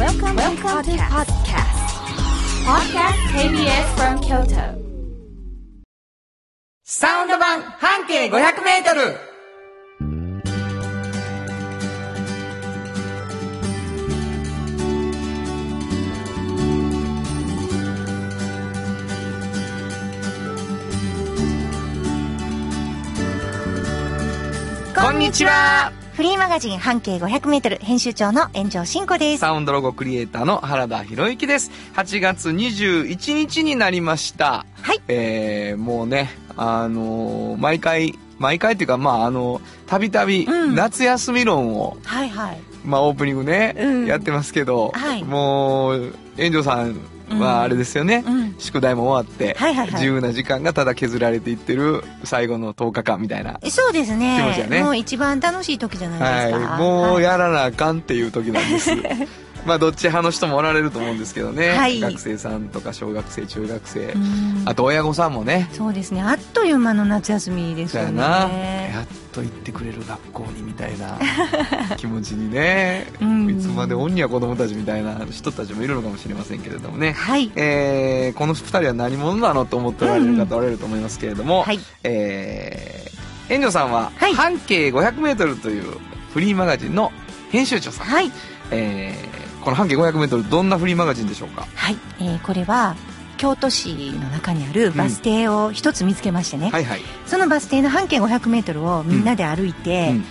Welcome, to podcast. Podcast KBS from Kyoto. サウンド版半径500メートルこんにちはフリーマガジン半径500メートル編集長の炎上真子です。サウンドロゴクリエイターの原田博之です。8月21日になりました。はいえー、もうね、あのー毎回、毎回っていうか、まあ、あの、たびたびうん、夏休み論を、はいはい。まあ、オープニングね、うんやってますけど、はいもう、炎上さんはあれですよね、うん。宿題も終わって、はいはいはい自由な時間がただ削られていってる最後の10日間みたいな。そうですね。気持ちやねもう一番楽しい時じゃないですか。はい、もうはいやらなあかんっていう時なんです。 まあどっち派の人もおられると思うんですけどね、はい学生さんとか小学生中学生、うんあと親御さんもねそうですね。あっという間の夏休みですそうよやな、ね。やっと行ってくれる学校にみたい な気持ちにね、うんいつまでおんには子供たちみたいな人たちもいるのかもしれませんけれどもね、はい。えーこの2人は何者なのと思っておられる方おられると思いますけれども、はい。えー、遠藤さんははい半径 500m というフリーマガジンの編集長さん、はい。えーこの半径 500m どんなフリーマガジンでしょうかはい。えーこれは、京都市の中にあるバス停を一つ見つけましてね、はいはい、そのバス停の半径500メートルをみんなで歩いて、うん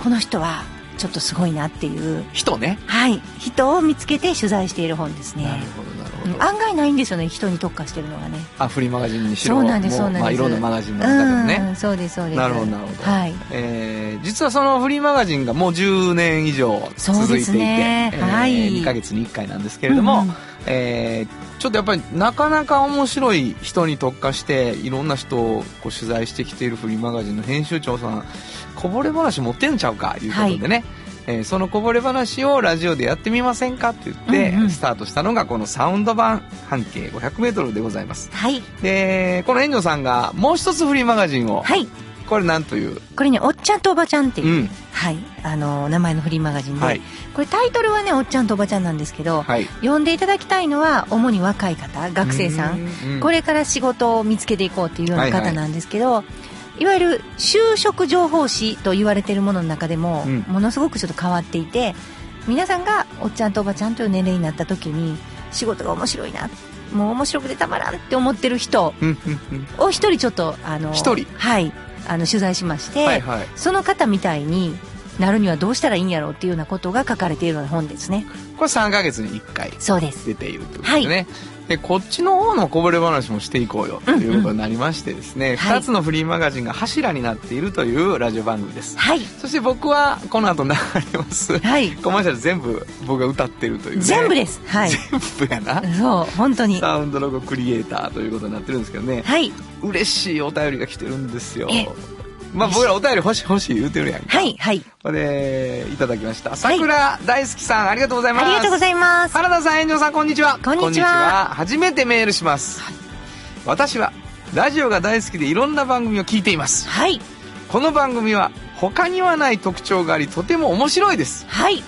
この人はちょっとすごいなっていう、人ねはい、人を見つけて取材している本ですね。なるほどなるほど、案外ないんですよね人に特化してるのがねあフリーマガジンにしろそうなんですもそうなんですまあ、いろんなマガジンの中でもうね、んそうですそうですなるほどなるほど、はいえー実はそのフリーマガジンがもう10年以上続いそうてでいて、すねえはい2ヶ月に1回なんですけれども、うんうんえーちょっとやっぱりなかなか面白い人に特化していろんな人をこう取材してきているフリーマガジンの編集長さんこぼれ話持ってんちゃうかということでね、えーそのこぼれ話をラジオでやってみませんかって言って、うんうんスタートしたのがこのサウンド版半径 500m でございますはいでこの遠藤さんがもう一つフリーマガジンを、はいこれなんという、これね「おっちゃんとおばちゃん」っていう、うんはいあの名前のフリーマガジンで、はいこれタイトルはね「おっちゃんとおばちゃん」なんですけど、はい、読んでいただきたいのは主に若い方学生さん、うこれから仕事を見つけていこうっていうようなはいは方いなんですけど、いわゆる就職情報誌と言われてるものの中でも、うんものすごくちょっと変わっていて皆さんがおっちゃんとおばちゃんという年齢になった時に仕事が面白いなもう面白くてたまらんって思ってる人うんうんうんを一人ちょっとあの一人はいあの取材しまして、はいはいその方みたいになるにはどうしたらいいんやろうっていうようなことが書かれているような本ですねこれ3ヶ月に1回そうです出ているということでね、でこっちの方のこぼれ話もしていこうよとうんうんいうことになりましてですね、はい2つのフリーマガジンが柱になっているというラジオ番組です、はいそして僕はこの後流れますはいコマーシャル全部僕が歌ってるという、ね、全部ですはい全部やなそう本当にサウンドロゴクリエイターということになってるんですけどねはい嬉しいお便りが来てるんですよえまあ僕らお便り欲しい欲しい言うてるやんかはいはいこれいただきました桜大好きさんありがとうございますありがとうございます。原田さん、炎上さん、こんにちは。こんにちは初めてメールします。私は、ラジオが大好きでいろんな番組を聞いています。はい、この番組は、他にはない特徴があり、とても面白いです。はい。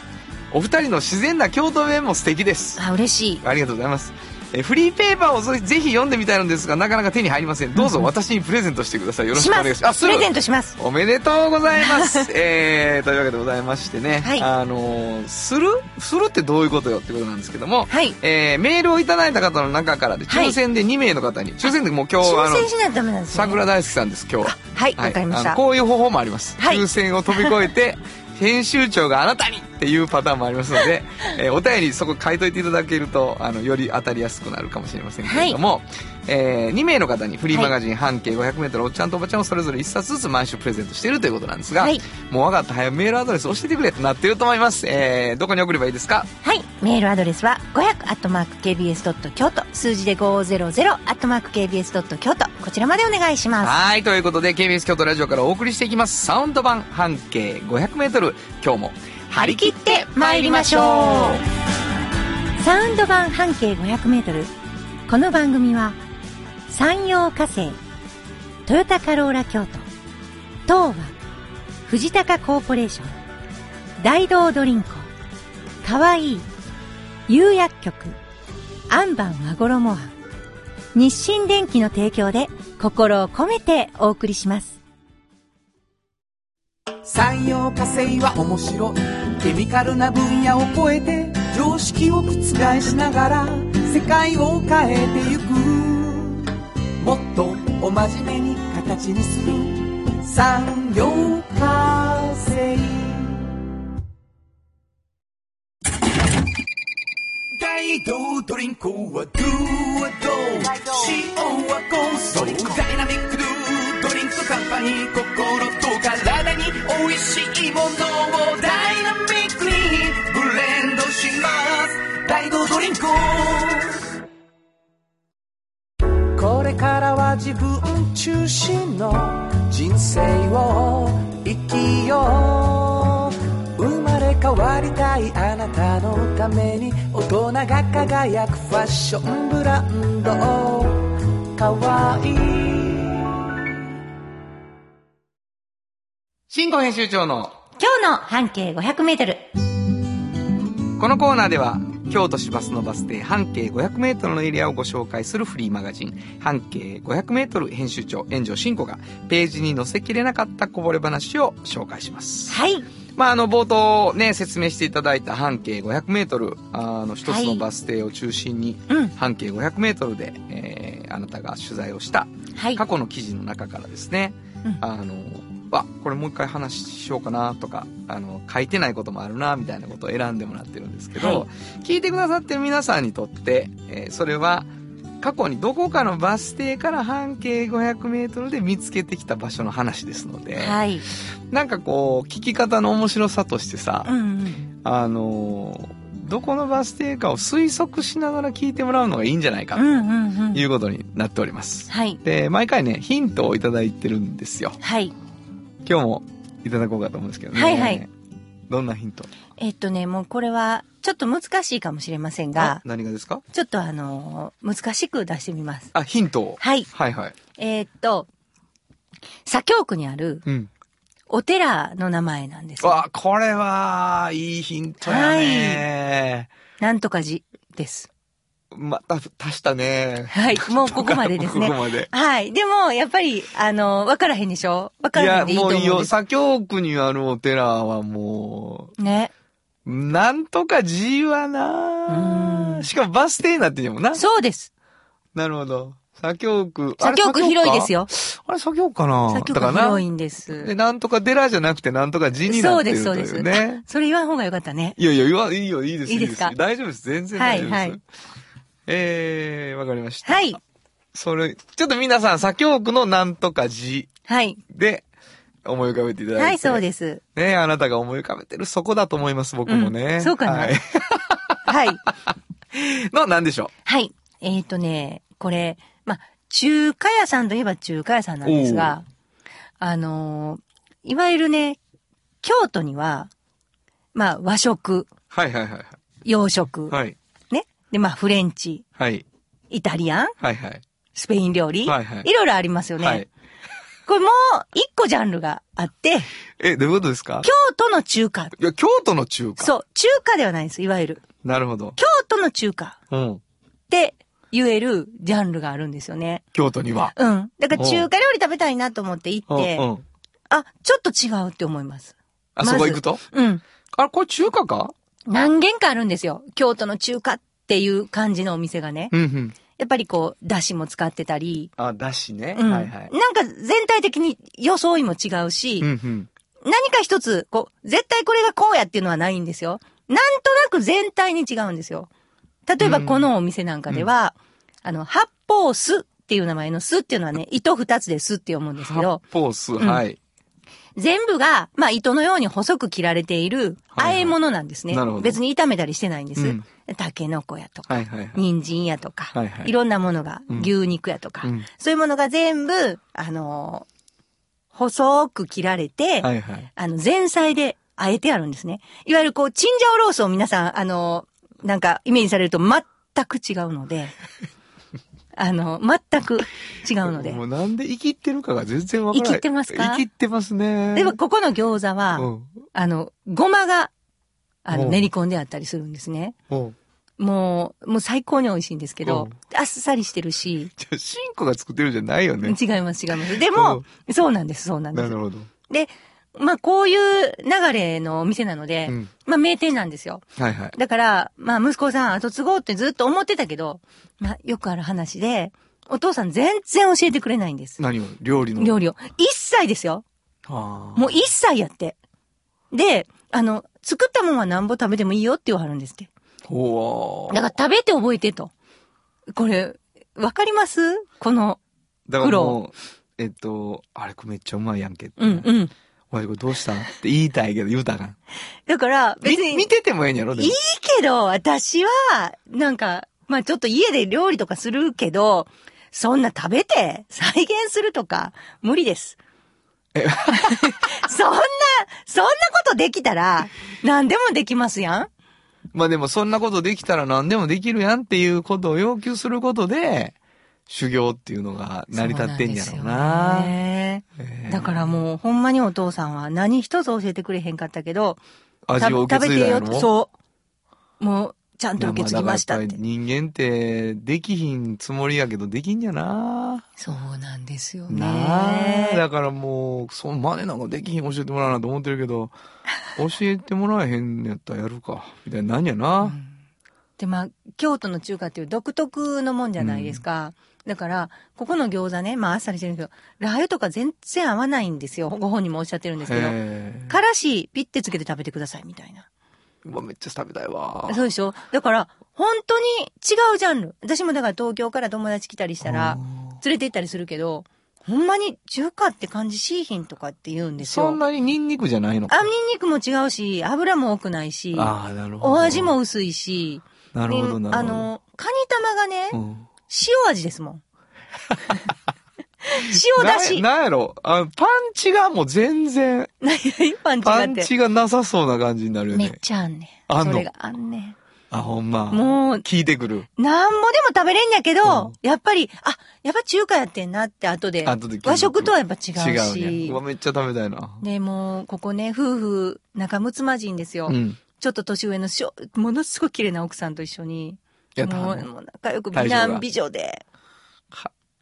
お二人の自然な京都弁も素敵です。あ、嬉しい。ありがとうございます。えフリーペーパーをぜぜひ読んでみたいのですが、なかなか手に入りません。どうぞ私にプレゼントしてください。よろししくおま願いします。す。プレゼントトします。おめでとうございます。 えー、というわけでございましてね。はいあのーするするってどういうことよってことなんですけども、はい。えーメールをいただいた方の中からではい抽選で2名の方に、抽選でもう今日あ挑の戦しないとダメなんですね。桜大好きさんです今日ははい、わ、はいかりましあた。のこういう方法もあります、はい抽選を飛び越 えて編集長があなたにっていうパターンもあります ので、えーお便りそこ書いといていただけるとあのより当たりやすくなるかもしれませんけれども、え2名の方にフリーマガジン半径 500m おっちゃんとおばちゃんをそれぞれ1冊ずつ毎週プレゼントしているということなんですが、はいもう分かった早くメールアドレス教えてくれってなってると思います、えーどこに送ればいいですかはい。メールアドレスは500アットマーク KBS ドット京都数字で500アットマーク KBS ドット京都こちらまでお願いします。はい、ということで、KBS 京都ラジオからお送りしていきます。サウンド版半径500メートル。今日も、張り切って参りましょう。サウンド版半径500メートル。この番組は山陽火星、トヨタカローラ京都、東和、藤高コーポレーション、大道ドリンク、かわいい、釉薬局、アンバン和衣庵、日清電機の提供で心を込めてお送りします。産業化成は面白い。ケミカルな分野を超えて常識を覆しながら世界を変えてゆく。もっとお真面目に形にする産業化成大道ドリンクはドゥはドゥ塩はコンソダイナミックドゥドリンクカンパニー心と体に美味しいものをダイナミックにブレンドします大道ドリンクこれからは自分中心の人生を生きよう生まれ変わりたいあなたのために大人が輝くファッションブランドかわいい新語編集長の今日の半径 500m このコーナーでは京都市バスのバス停半径 500m のエリアをご紹介するフリーマガジン半径 500m 編集長炎上真子がページに載せきれなかったこぼれ話を紹介します。はい。まあ、あの、冒頭ね、説明していただいた半径500メートル、あの、一つのバス停を中心に、はいうん、半径500メートルで、えー、あなたが取材をした、過去の記事の中からですね、はい、あの、あ、これもう一回話しようかなとか、あの、書いてないこともあるな、みたいなことを選んでもらってるんですけど、はい、聞いてくださってる皆さんにとって、えー、それは、過去にどこかのバス停から半径500メートルで見つけてきた場所の話ですので、はい、なんかこう、聞き方の面白さとしてさ、うんうん、あの、どこのバス停かを推測しながら聞いてもらうのがいいんじゃないかということになっております。はい、で、毎回ね、ヒントをいただいてるんですよ。はい、今日もいただこうかと思うんですけどね。はいはい、どんなヒントえっとね、もうこれは、ちょっと難しいかもしれませんが。何がですかちょっとあのー、難しく出してみます。あ、ヒントを。はい。はいはい。えー、っと、左京区にある、うん、お寺の名前なんです、ね。わ、これは、いいヒントやね。はい。なんとか寺です。また、足したね。はい。もうここまでですね。 ここまで。はい。でも、やっぱり、あの、わからへんでしょわからへんでいいと思ういや、もういいよ。左京区にあるお寺はもう。ね。なんとか G はなしかもバス停になってんじもな。そうです。なるほど。左京区。左京区広いですよ。あれ、左京かな左京区広いんです。で、なんとか寺じゃなくて、なんとか寺になってるという、ね。そうです、そうです。ね。それ言わん方がよかったね。 いやいや、言わ、いいよ、いいです。いいですか大丈夫です。全然大丈夫です。はい、はい。えー、わかりました。はい。それ、ちょっと皆さん、左京区のなんとか寺。はい。で、思い浮かべていただいて。はい、そうです。ねあなたが思い浮かべてるそこだと思います、僕もね。うん、そうかな。はい。はい、 の、なんでしょう。はい。えっ、ー、とね、これ、ま、中華屋さんといえば中華屋さんなんですが、あのー、いわゆるね、京都には、まあ、和食。はいはいはい。洋食。はい。ね。で、まあ、フレンチ。はい。イタリアン。はいはい。スペイン料理。はいはい。いろいろありますよね。はい。これもう、一個ジャンルがあって。え、どういうことですか京都の中華。いや、京都の中華。そう。中華ではないんです、いわゆる。なるほど。京都の中華。うん。って言えるジャンルがあるんですよね。京都には。うん。だから中華料理食べたいなと思って行って、うん、あ、ちょっと違うって思います。あ、ま、そこ行くとうん。あ、これ中華か何軒かあるんですよ。京都の中華っていう感じのお店がね。うんうん。やっぱりこう、だしも使ってたり。あ、だしね、うん。はいはい。なんか全体的に装いも違うし、うんうん、何か一つ、こう、絶対これがこうやっていうのはないんですよ。なんとなく全体に違うんですよ。例えばこのお店なんかでは、うん、あの、八方酢っていう名前の酢っていうのはね、糸二つで酢って思うんですけど。八方酢、はい。うん、全部が、まあ、糸のように細く切られている、和え物なんですね、はいはい。なるほど。別に炒めたりしてないんです。タケノコやとか、はいはいはい、人参やとか、はいはい、いろんなものが、うん、牛肉やとか、うん、そういうものが全部、あのー、細く切られて、はいはい、あの、前菜であえてあるんですね。いわゆるこう、チンジャオロースを皆さん、あのー、なんか、イメージされると全く違うの で、あの、全く違うので。もうなんで生きってるかが全然わからない。生きってますか生きってますね。でも、ここの餃子は、うん、あの、ごまがあの、練り込んであったりするんですね。もう、もう最高に美味しいんですけど、あっさりしてるし、じゃ、シンコが作ってるじゃないよね。違います、違います。でも、そうなんです、そうなんでなする。ほど。で、まあ、こういう流れのお店なので、うんまあ、名店なんですよ。はいはい。だから、まあ、息子さん後継ごうってずっと思ってたけど、まあ、よくある話で、お父さん全然教えてくれないんです。何を料理の。料理。理を。一切ですよ。はあ。もう一切やって。で、あの、作ったもんはなんぼ食べてもいいよって言わはるんですって。ほう。だから食べて覚えてと。これ、わかりますこの、だからもう、えっと、あれこれめっちゃうまいやんけって。うんうん。おい、これどうしたんって言いたいけど言うたらあかん。だから、別みに。見ててもええんやろでもいいけど、私は、なんか、まあちょっと家で料理とかするけど、そんな食べて再現するとか、無理です。 そんな、そんなことできたら、何でもできますやん。まあでもそんなことできたら何でもできるやんっていうことを要求することで、修行っていうのが成り立ってんやろうそな。うなんですよねえーだからもう、ほんまにお父さんは何一つ教えてくれへんかったけど、味を受け継いだんや食べろてよそう。もう、ちゃんと受け継ぎましたっいやまあだからやてっぱり。人間ってできひんつもりやけどできんやな。そうなんですよなあね。だからもう、その真似なんかできひん教えてもらうなと思ってるけ ど、教えてもらえへんのやったらやるか。みたいな、なんやな。で、まあ、京都の中華っていう独特のもんじゃないですか。だから、ここの餃子ね、まあ、あっさりしてるんですけど、ラー油とか全然合わないんですよ。ご本人もおっしゃってるんですけど。へからし、ピッてつけて食べてください、みたいな。え。うわ、めっちゃ食べたいわ。そうでしょだから、本当に違うジャンル。私もだから東京から友達来たりしたら、連れて行ったりするけど、ほんまに中華って感じしーひんとかって言うんですよ。そんなにニンニクじゃないのあ、ニンニクも違うし、油も多くないし、ああ、なるほど。お味も薄いし、なるほど、でなるほど。あの、カニ玉がね、うん塩味ですもん。塩だし。ななんやろあパンチがもう全然、 何々パンチパだっンて。チがなさそうな感じになるよめっね。ちゃあんねん。あんのそれがあんねあ、ほんま。ん。もう、聞いてくる。なんぼでも食べれんやけど、うんやっぱり、あ、やっぱ中華やってんなって後で、後で聞いてくる和食とはやっぱ違う違うね。しうわ、。めっちゃ食べたいな。で、もう、ここね、夫婦、仲睦まじいんですよ。うん。ちょっと年上のしょ、ものすごい綺麗な奥さんと一緒に、やったものう、もう仲良く大美将が男美女で、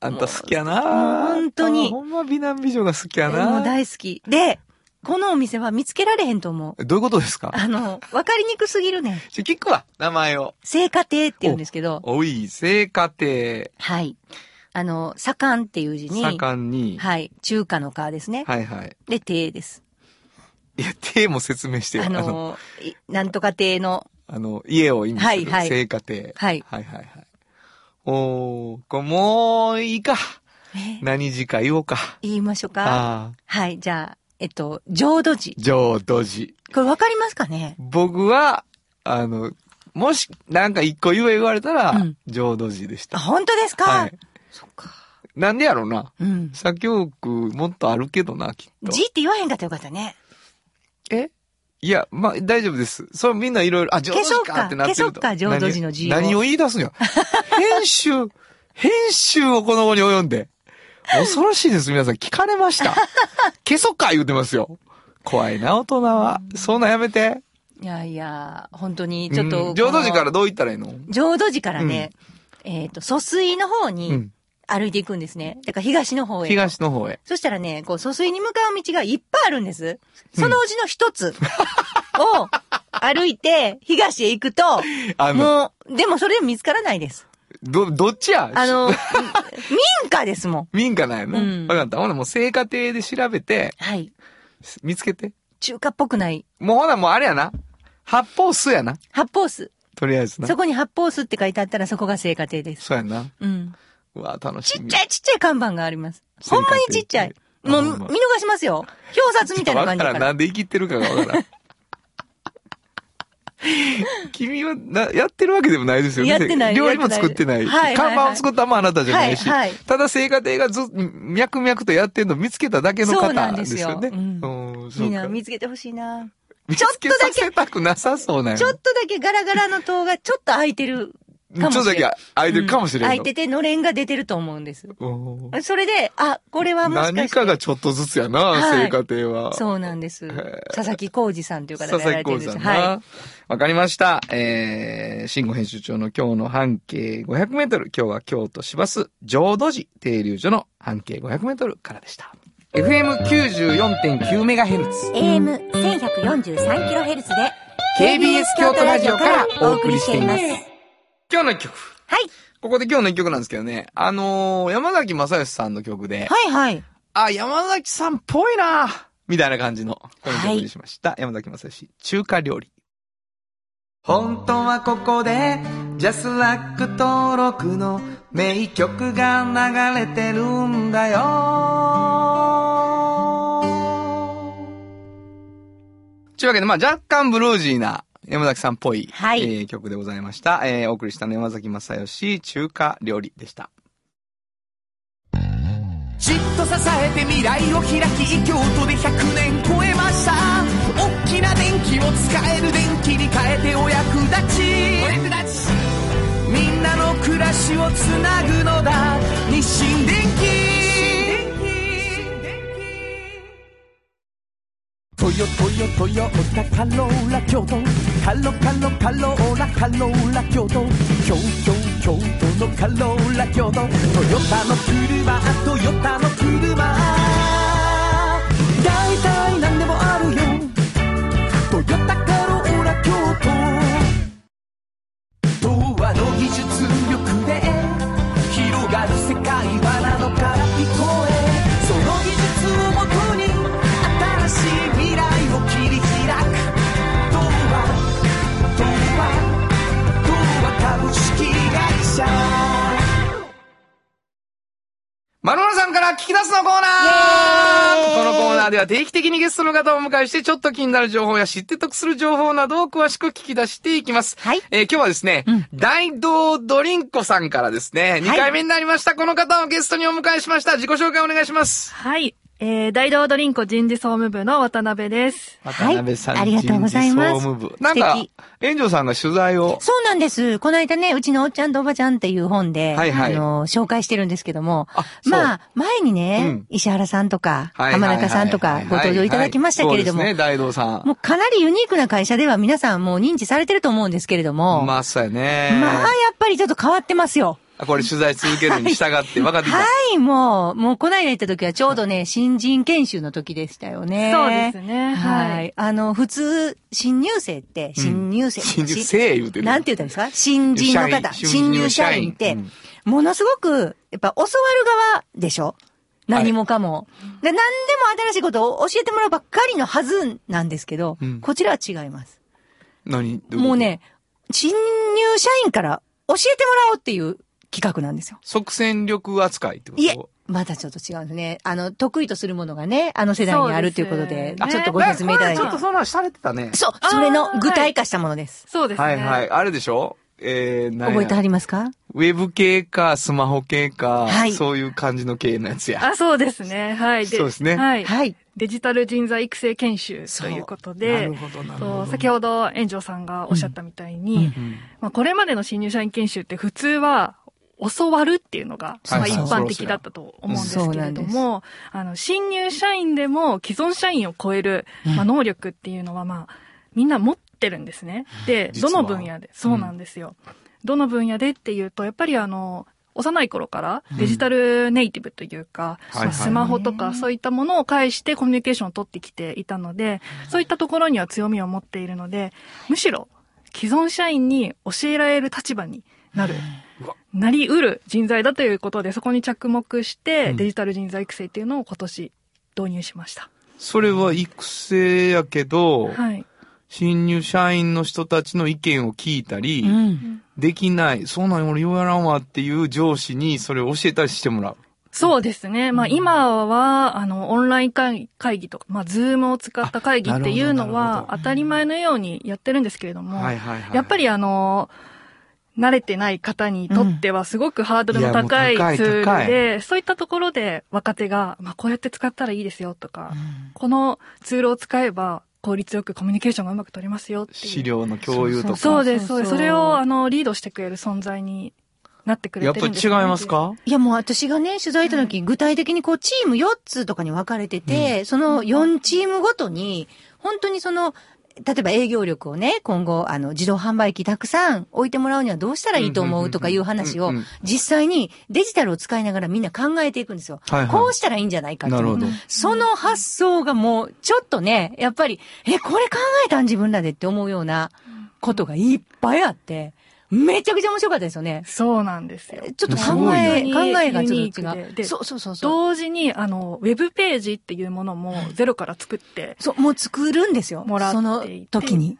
あんた好きやな本当にあんたほんま美男美女が好きやもうな大好き。で、このお店は見つけられへんと思う。どういうことですかあの、わかりにくすぎるね。ちょ聞くわ、名前を。聖火亭って言うんですけど、おい、聖火亭、はい。あの、盛んっていう字に、盛んに。はい、中華の川ですね。はいはい。で、亭です。いや、亭も説明してよああの、の、いなんとか亭の、あの、家を意味はすいるはい聖火亭。はいはいはいはい。おー、これもういいか。え何時か言おうか。言いましょうか。ああ、はい、じゃあ、えっと、浄土寺。浄土寺。これわかりますかね僕は、あの、もし、なんか一個言え言われたら、うん浄土寺でしあた。本当ですか、はい。そっか。なんでやろうな。うん。左京区もっとあるけどな、きっと。字って言わへんかったらよかったね。えいや、まあ、大丈夫です。そう、みんないろいろ、あ、浄土消そう寺かかってなってる消そうと。か浄土寺の字を何何を言い出すんや。編集、編集をこの後に及んで。恐ろしいです、皆さん。聞かれ ました。消そうか言うてますよ。怖いな、大人は。そんなんやめて。いやいや、本当に、ちょっうと。ん浄土寺からこのどう行ったらいいの浄土寺からね、えっ、と、疎水の方に。歩いていくんですね。だから東の方へ。東の方へ。そしたらね、こう、疎水に向かう道がいっぱいあるんです。そのうちの一 つを歩いて、東へ行くと、あの、もう、でもそれでも見つからないです。ど、どっちやあの、うん民家ですもん。民家なんやな。わ、うんかった。ほな、もう聖火亭で調べて、はい。見つけて。中華っぽくない。もうほな、もうあれやな。八方巣やな。八方巣。とりあえずな。そこに八方巣って書いてあったらそこが聖火亭です。そうやな。うん。うわ、楽しちっみ。ちゃいちっちゃい看板があります。聖ほん火亭まにちっちゃい。あもう、見ほんま逃しますよ。表札みたいな感じだわから。からん。なんで生きてるかがわからん。 君はな、やってるわけでもないですよね。やってない料理も作ってない。やってないはいはいは看い板を作ったのもあなたじゃないし。はいはいただ、聖火亭がず、脈々とやってるのを見つけただけのそうな方んでですすよよね。うんうんそみうんかな見つけてほしいな。見つけさせたくなさそうなんやちょっとだけガラガラの塔がちょっと開いてるかもちしょれっんとだけ空いてるかもしれんの開いてて、のれんが出てると思うんです。おーそれで、あ、これはもしかして。何かがちょっとずつやな、はい聖火亭は。そうなんです。佐々木浩二さんという方佐がやら々木れてるんです。浩二さんな。はわ、かりました。えー、慎吾編集長の今日の半径500メートル。今日は京都市バス浄土寺停留所の半径500メートルからでした。FM94.9 メガヘルツ。 AM1143kHz で KBS 京都ラジオからお送りしています今日の一曲。はい。ここで今日の一曲なんですけどね。あのー、山崎正義さんの曲で、いはい。あ、山崎さんっぽいなみたいな感じの、この曲にしました。山崎正義、中華料理。本当はここでジャスラック登録の名曲が流れてるんだよというわけで、まあ若干ブルージーな山崎さんっぽい、はいえー曲でございました。えーお送りしたの山崎正義中華料理でした。じっと支えて未来を開き京都で100年超えました大きな電気を使える電気に変えてお役立ちお役立ちみんなの暮らしをつなぐのだ日清電気トヨトヨトヨタカローラ京都カロカロカローラカローラ京都京京京都のカローラ京都トヨタの車トヨタの車大体何でもあるよトヨタカローラ京都童話の技術力で広がる世界はなのから聞こえその技術をもとに新しい未来を切り開く童話童話童話株式会社丸村さんから聞き出すのコーナーこのコーナーでは定期的にゲストの方をお迎えして、ちょっと気になる情報や知って得する情報などを詳しく聞き出していきます。はいえー今日はですね、大道ドリンコさんからですね、2回目になりました。この方をゲストにお迎えしました。自己紹介お願いします。はい。えー、大道ドリンコ人事総務部の渡辺です。はい渡辺さんありがとうございます人事総務部なんか素敵、炎上さんが取材をそうなんです。この間ね、うちのおっちゃんとおばちゃんっていう本で、はいはいあの、紹介してるんですけども、あそうまあ、前にね、うん石原さんとか、はいはいはい浜中さんとかご登場いただきましたけれども、はいはいはいそうですね、大道さん。もうかなりユニークな会社では皆さんもう認知されてると思うんですけれども、ままあ、そうやねあ、。やっぱりちょっと変わってますよ。あ、これ取材続けるに従って分かってきた。はい、もう、もうこないだ行った時はちょうどね、新人研修の時でしたよね。そうですねはい。はいあの、普通、新入生って、新入生、新入生言うてる。なんて言ったんですか新人の方、社員新入社員って、うんものすごく、やっぱ教わる側でしょ何もかも、で。何でも新しいことを教えてもらうばっかりのはずなんですけど、うんこちらは違います。何どいこともう。ね、新入社員から教えてもらおうっていう企画なんですよ。即戦力扱いってこといえ、まだちょっと違うんですね。あの、得意とするものがね、あの世代にあるということで、そうでちょすよねっとご説明いただいあこれちょっとて。そんなんされてたね。そう、それの具体化したものです。そうですね。はいはい。あれでしょえー、何や覚えてありますかウェブ系か、スマホ系か、はいそういう感じの系のやつや。あ、そうですね。はい。そうですねはい。はい。デジタル人材育成研修ということで、そう先ほど園長さんがおっしゃったみたいに、まあ、これまでの新入社員研修って普通は、教わるっていうのが、はいまあ、一そう般的だったと思うんですけれどうんそうも、あの、新入社員でも既存社員を超える、まあ、能力っていうのは、まあ、みんな持ってるんですね。で、実どはの分野で、そうなんですよ。どの分野でっていうと、やっぱりあの、幼い頃からデジタルネイティブというか、はいはいまあスマホとかそういったものを介してコミュニケーションを取ってきていたので、そういったところには強みを持っているので、むしろ既存社員に教えられる立場になる。なりうる人材だということで、そこに着目して、デジタル人材育成っていうのを今年導入しました。それは育成やけど、はい。新入社員の人たちの意見を聞いたり、うん。できない、そうなんよ俺ようやらんわっていう上司にそれを教えたりしてもらう。そうですね。まあ今は、あの、オンライン会会議とか、まあズームを使った会議っていうあなるほのどなるはほど当たり前のようにやってるんですけれども、はいはいはいやっぱりあの、慣れてない方にとってはすごくハードルの高いいやもう高いツールで、そういったところで若手が、まあこうやって使ったらいいですよとか、このツールを使えば効率よくコミュニケーションがうまく取れますよっていう。資料の共有とか。そうです、そうです。そうそうそれを、あの、リードしてくれる存在になってくれやってぱりるんで違すいねますかいやもう私がね、取材行った時、具体的にこう、チーム4つとかに分かれてて、その4チームごとに、本当にその、例えば営業力をね、今後、あの、自動販売機たくさん置いてもらうにはどうしたらいいと思うとかいう話うをんうんうん、実際にデジタルを使いながらみんな考えていくんですよ。はいはいこうしたらいいんじゃないかっていうなるほど。その発想がもう、ちょっとね、やっぱり、え、これ考えたん自分らでって思うようなことがいっぱいあって、めちゃくちゃ面白かったですよね。そうなんですよ。ちょっとすご考いえ、ね考えがちょっとユニー違クう。でそうそうそうそう。同時に、あの、ウェブページっていうものもゼロから作ってそう、もう作るんですよ。もらっていてその時に。はい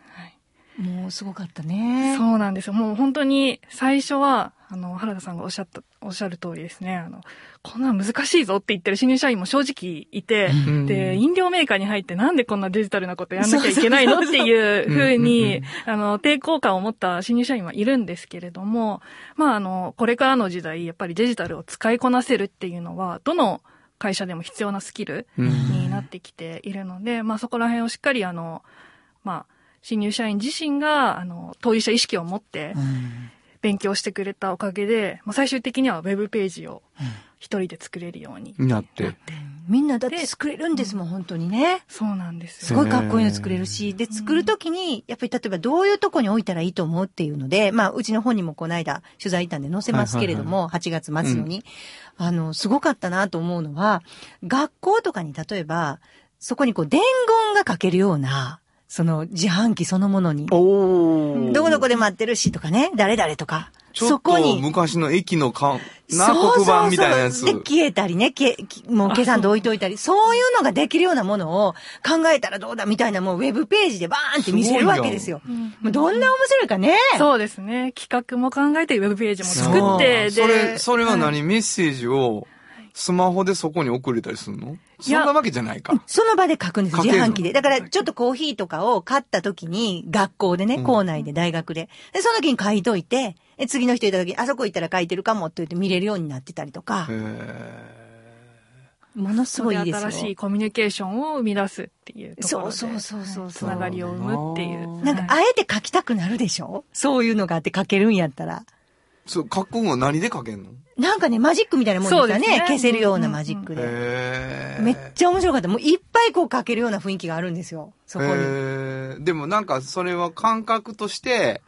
もうすごかったね。そうなんですよ。もう本当に最初は、あの、原田さんがおっしゃった、おっしゃる通りですね。あの、こんなん難しいぞって言ってる新入社員も正直いて、うんで、飲料メーカーに入ってなんでこんなデジタルなことやんなきゃいけないのっていうふうに、あの、抵抗感を持った新入社員はいるんですけれども、まあ、あの、これからの時代、やっぱりデジタルを使いこなせるっていうのは、どの会社でも必要なスキルうんになってきているので、まあそこら辺をしっかりあの、まあ、新入社員自身が、あの、当事者意識を持って勉強してくれたおかげで、まあ最終的にはウェブページを一人で作れるように。になって。みんなだってで作れるんですもん、本当にね。そうなんですすよ。ごいかっこいいの作れるし、で、作るときに、やっぱり例えばどういうとこに置いたらいいと思うっていうので、まあ、うちの本にもこの間取材行ったんで載せますけれども、8月末のに。あの、すごかったなと思うのは、学校とかに例えば、そこにこう伝言が書けるような、その自販機そのものに。おどこどこで待ってるしとかね、誰々とか。ちょそっことに。昔の駅のかなそう黒板みたいなやつ。そうそうで、消えたりね、け、きもう計算で置いといたり、そういうのができるようなものを考えたらどうだみたいなもうウェブページでバーンって見せるわけですよ。もうどんな面白いかね。そうですね。企画も考えて、ウェブページもそう作って、で、それ、それははい何メッセージをスマホでそこに送れたりするのそんやなわけじゃないか。その場で書くんですよ、書け自るの販機で。だから、ちょっとコーヒーとかを買った時に、学校でね、校内で、大学で。で、その時に書いといて、で次の人いた時に、あそこ行ったら書いてるかもって言って見れるようになってたりとかへ、ーものすごいいいですよ。新しいコミュニケーションを生み出すっていうところそうで。そうそうそうつそう。ながりを生むっていう。なんか、はあいえて書きたくなるでしょそういうのがあって書けるんやったら。そう、書くのは何で書けんのなんかね、マジックみたいなもんですよね。そうですね消せるようなマジックで。へーめっちゃ面白かった。もういっぱいこう書けるような雰囲気があるんですよ。そこに。えーでもなんかそれは感覚として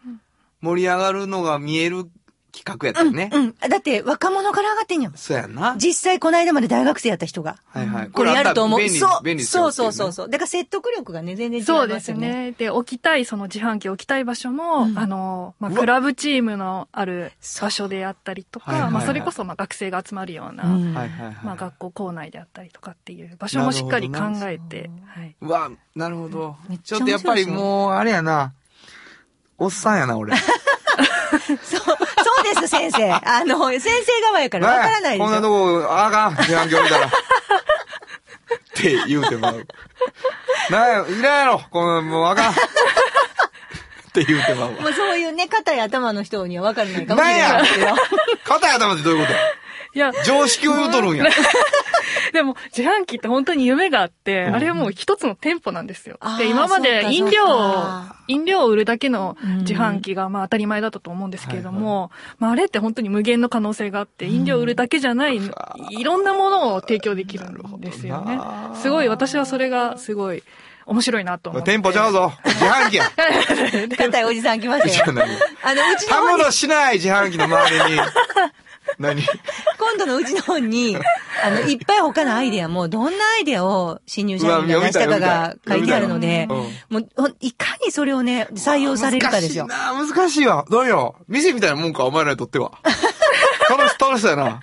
盛り上がるのが見える企画やったよね。うん。だって若者から上がってんやもん。そうやんな。実際この間まで大学生やった人が。はいはい。これやると思あう。ったら便利そう便利ですそようっていそううねそうそう。だから説得力がね、全然違いそまうですすよね。ね。で、置きたい、その自販機置きたい場所も、あの、まあ、うわクラブチームのある場所であったりとか、はいはいはいまあ、それこそ、まあ、学生が集まるような、うんはいはいはい。まあ、学校校内であったりとかっていう場所もしっかり考えて、はい。うわ、なるほどめっ。ちちゃょっとやっぱり面白いですねもう、あれやな。おっさんや な、俺。 そう、そうです、先生。あの、先生側やからわからないでこんすなとよ。こ、あかん、自販機置いたら。って言うてもらう。なんや、いらんやろ、この、もうあかん。って言うてまうもわ。うそういうね、肩や頭の人にはわからないかもしれないですけど。肩頭ってどういうこいやと、常識を言うとるんや。 でも、自販機って本当に夢があって、あれはもう一つの店舗なんですよあ。ーで、今まそうかで飲料そうをか、飲料を売るだけの自販機が、まあ当たり前だったと思うんですけれども、まああれって本当に無限の可能性があって、飲料を売るだけじゃない、いろんなものを提供できるんですよね。すごい、私はそれがすごい面白いなと思って。店舗ちゃうぞ。自 販機や。硬いおじさん来ま したよ。あの、うちのた方むに、ろしない自販機の周りに。何今度のうちの方 に、あの、いっぱい他のアイデアも、どんなアイデアを新入社員が出したかが書いてあるので、うわ見たよもう、ほんいかにそれをね、採用されるかですよ。難しいな、難しいわ。どうよ。店みたいなもんか、お前らにとっては。 楽し、楽しそうやな。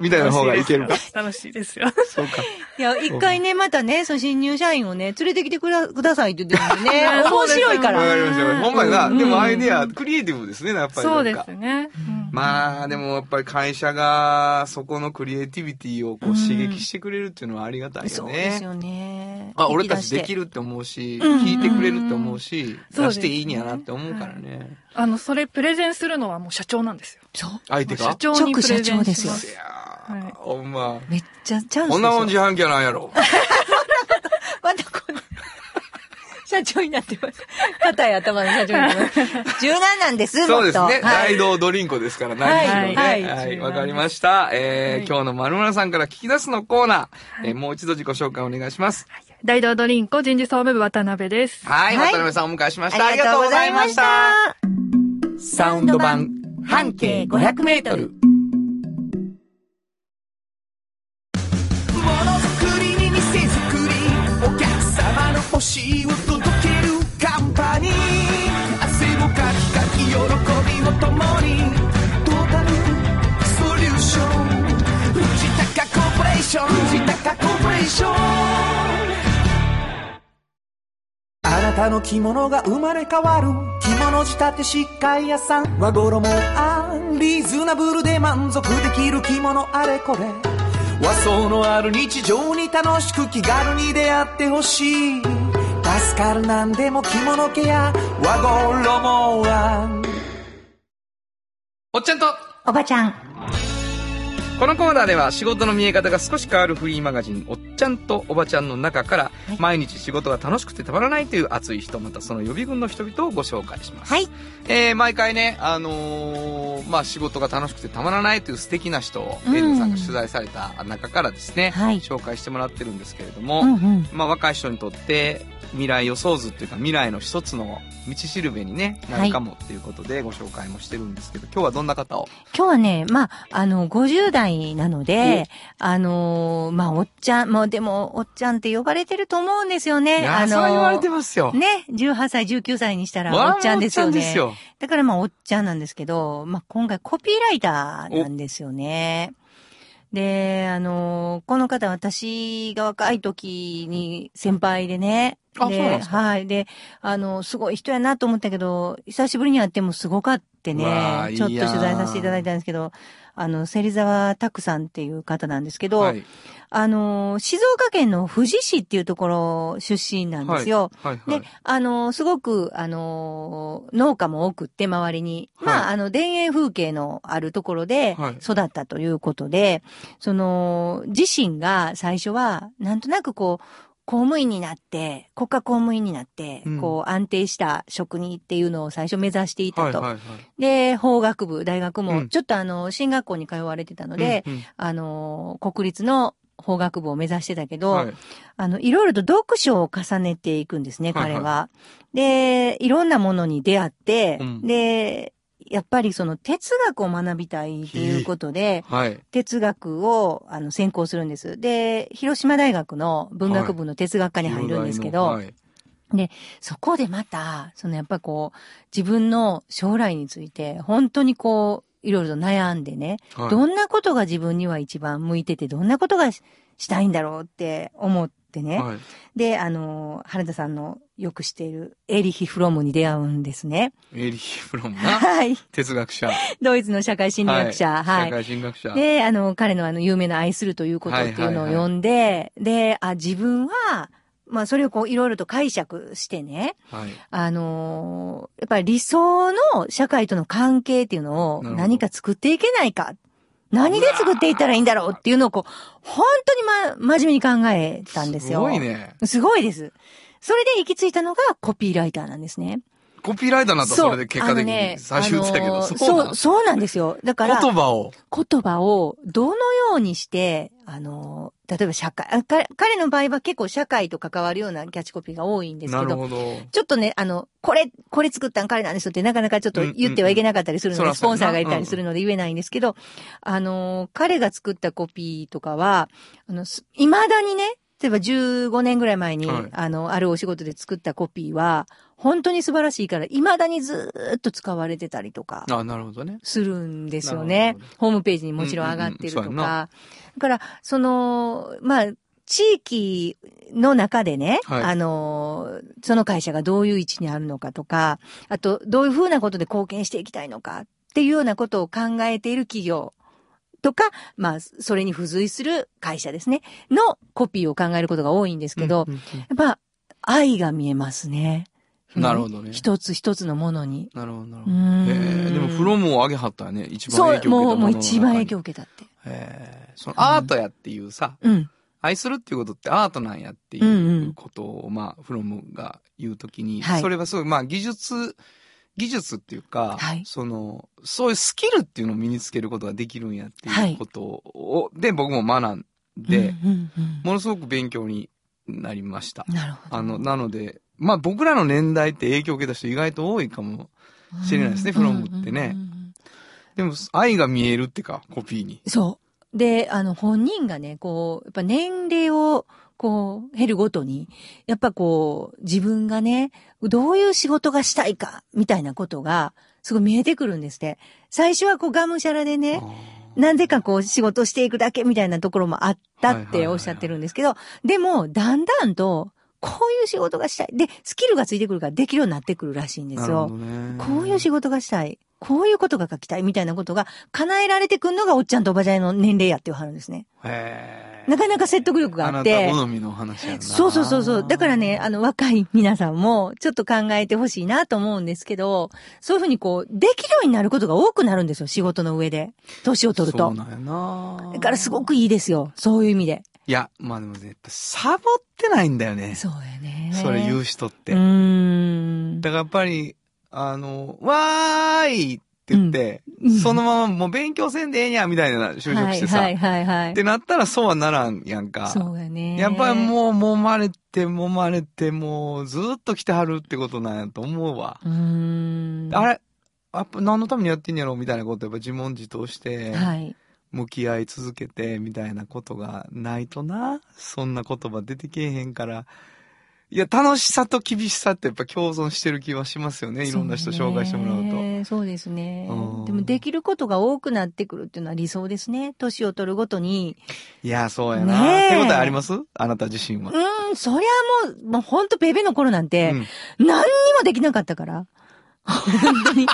みたいな方がいけるか。 楽しいですよ。そうか。いや、一回ね、またね、その新入社員をね、連れてきてくだくださいって言ってるん でね、や面白いかわかりら。ました。ほんまやな。でもアイデア、クリエイティブですね、やっぱりそうなんでか。すね。うんまあ、でもやっぱり会社が、そこのクリエイティビティをこう刺激してくれるっていうのはありがたいそようですね。よね。あ、俺たちできる。るって思うし、聞いてくれるって思うし、そう出ですねしていいんやなって思うからね。あの、それプレゼンするのはもう社長なんですよ。そう。相手が社。長に直プ社レゼ長ンでしすよまいす。やはーいほんま。めっちゃチャンスですよ。こんなもん自販機やなんやろ。またこんな 社長になってます。硬い頭の社長になってます。 柔軟なんです、そうですもっね。とはい大道ドリンコですから、はい何しろね。ははいい、ははいいわ、かりました。えー今日の丸村さんから聞き出すのコーナー、えーもう一度自己紹介お願いします。大道ドリンコ人事総務部渡辺です。はい、はい渡辺さんお迎えしました。あありりががととうごうござざいいままししたた。サウンド版半径500メートル。ものづくりに店づくりお客様の欲しいを届けるカンパニー汗をかきかき喜びを共にトータルソリューション藤高コーポレーション藤高コーポレーションあなたの着物が生まれ変わる着物仕立て疾患屋さん和衣もあリーズナブルで満足できる着物あれこれ和装のある日常に楽しく気軽に出会ってほしい助かるなんでも着物ケア和衣もあおっちゃんとおばちゃん。このコーナーでは仕事の見え方が少し変わるフリーマガジン「おっちゃんとおばちゃん」の中から毎日仕事が楽しくてたまらないという熱い人またその予備軍の人々をご紹介します、はいえー毎回ね、あのーまあ、仕事が楽しくてたまらないという素敵な人をうんエイドさんが取材された中からですね、はい紹介してもらってるんですけれども、うんうん。まあ、若い人にとって未来予想図っていうか未来の一つの道しるべに、ね、なるかもっていうことでご紹介もしてるんですけど今日はどんな方を今日はね、まあ、あの、50代なので、あのーまあ、おっちゃん、もうでも、おっちゃんって呼ばれてると思うんですよいね。やあーそう言われのてますよ。ね、18歳、19歳にしたら、わあおっちゃんですよおっちゃんね。ですよ。だからまあ、おっちゃんなんですけど、まあ、今回コピーライターなんですよね。で、あの、この方私が若い時に先輩でね。あそうなんですかはい。で、あの、すごい人やなと思ったけど、久しぶりに会ってもすごかってうわあねい、いちょやっんと取材させていただいたんですけど、あの、芹沢拓さんっていう方なんですけど、はいあの、静岡県の富士市っていうところ出身なんですよ。はいはいで、あの、すごく、あの、農家も多くって、周りに。はいまあ、あの、田園風景のあるところではい育ったということで、その、自身が最初は、なんとなくこう、公務員になって、国家公務員になって、うんこう、安定した職にっていうのを最初目指していはたいと。はいはいで、法学部、大学うも、んちょっとあの、進学校に通われてたので、うんうんあの、国立の法学部を目指してたけど、はいあの、いろいろと読書を重ねていくんですね、はい彼はいは。で、いろんなものに出会って、うんで、やっぱりその哲学を学びたいっていうことで、はい哲学をあの専攻するんです。で、広島大学の文学部の哲学科に入るんですけど、はいそこでまた、そのやっぱりこう、自分の将来について、本当にこう、いろいろと悩んでね、はいどんなことが自分には一番向いてて、どんなことがししたいんだろうって思ってね。はいで、あの、原田さんのよくしているエーリヒ・フロムに出会うんですね。エリヒ・フロ ムなはい。哲学者ドイツの社会心理学者。は社い。会人学者で、あの、彼のあの、有名な愛するということっていうのをはいはいはい読んで、で、あ、自分は、まあ、それをこう、いろいろと解釈してね、はいあのーやっぱり理想の社会との関係っていうのをなるほど何か作っていけないか。何で作っていったらいいんだろうっていうのをこう、本当にま、真面目に考えたんですすよ。ごいねすごいです。それで行き着いたのがコピーライターなんですね。コピーライターなんだそれで結果的あのねに最終言ってたけあどのーそうなんそう、そうなんですよ。だから、言葉を言葉をどのようにして、あのー、例えば社会、あ彼彼の場合は結構社会と関わるようなキャッチコピーが多いんですなけるど、ほどちょっとね、あの、これ、これ作ったん彼なんですよってなかなかちょっと言ってはいけなかったりするのうで、んうんうんスポンサーがいたりするので言えないんですけど、あのー、彼が作ったコピーとかは、あの、す未だにね、例えば15年ぐらい前に、はいあの、あるお仕事で作ったコピーは、本当に素晴らしいから、未だにずーっと使われてたりとか。あなるほどねするんですよなねるほど。ホームページにもちろん上がってるとか。うんうんうんそうやだなから、その、まあ、地域の中でね、はいあの、その会社がどういう位置にあるのかとか、あと、どういうふうなことで貢献していきたいのかっていうようなことを考えている企業とか、まあ、それに付随する会社ですね、のコピーを考えることが多いんですけど、うんうんやっぱ、愛が見えますね。うんなるほどね一つ一つのものに。なるほどなうるほどんえーでもフロムを上げはったよね一番そ影響をう、も受けたものう、もう一番影響をを受けたって。えーそのアートやっていうさうん。愛するっていうことってアートなんやっていうことを、まあ、フロムが言うときに、はいそれはすごい、まあ、技術、技術っていうか、はいその、そういうスキルっていうのを身につけることができるんやってはいいうことを、で、僕も学んで、うんうんものすごく勉強になりましたう。んなるほど。あの、なので、まあ僕らの年代って影響を受けた人意外と多いかも。知れないですねうんフロムってねうんうんうんでも、愛が見えるってか、コピーに。そう。で、あの、本人がね、こう、やっぱ年齢を、こう、減るごとに、やっぱこう、自分がね、どういう仕事がしたいか、みたいなことが、すごい見えてくるんですって。最初はこう、がむしゃらでね、なんでかこう仕事していくだけみたいなところもあったはいっはいはいてはいおっしゃってるんですけど、でも、だんだんと、こういう仕事がしたい。で、スキルがついてくるからできるようになってくるらしいんですなるほよど。ね。こういう仕事がしたい。こういうことが書きたいみたいなことが叶えられてくんのがおっちゃんとおばちゃんの年齢やってはるんですね。へーなかなか説得力があっあてなた。好みの話やな。そうそうそうそう。だからね、あの若い皆さんもちょっと考えてほしいなと思うんですけど、そういうふうにこう、できるようになることが多くなるんですよ、仕事の上で。年を取るそうと。なんやな。だからすごくいいですよ、そういう意味で。いや、まあでもね、やっぱサボってないんだよね。そうやね。それ言うう人って。うだーん。からやっぱり、あの、わーいって言って、うんうんそのままもう勉強せんでええにゃ、みたいな就職してさ、はいはいはいはいってなったらそうはならんやんか。そうやね。やっぱりもう揉まれて揉まれてもうずーっと来てはるってことなんやと思うわ。う。うーん。あれやっぱ何のためにやってんやろみたいなことやっぱ自問自答して、はい。向き合い続けてみたいなことがないとな、そんな言葉出てけえへんから。いや、楽しさと厳しさってやっぱ共存してる気はしますよね。いろんな人紹介してもらうと。そうねそうですねうん。でもできることが多くなってくるっていうのは理想ですね。年を取るごとに。いや、そうやねな。えってことはありますあなた自身うは。ーん、そりゃもう、もうほんとベベの頃なんて、うん何にもできなかったから。 本当に。い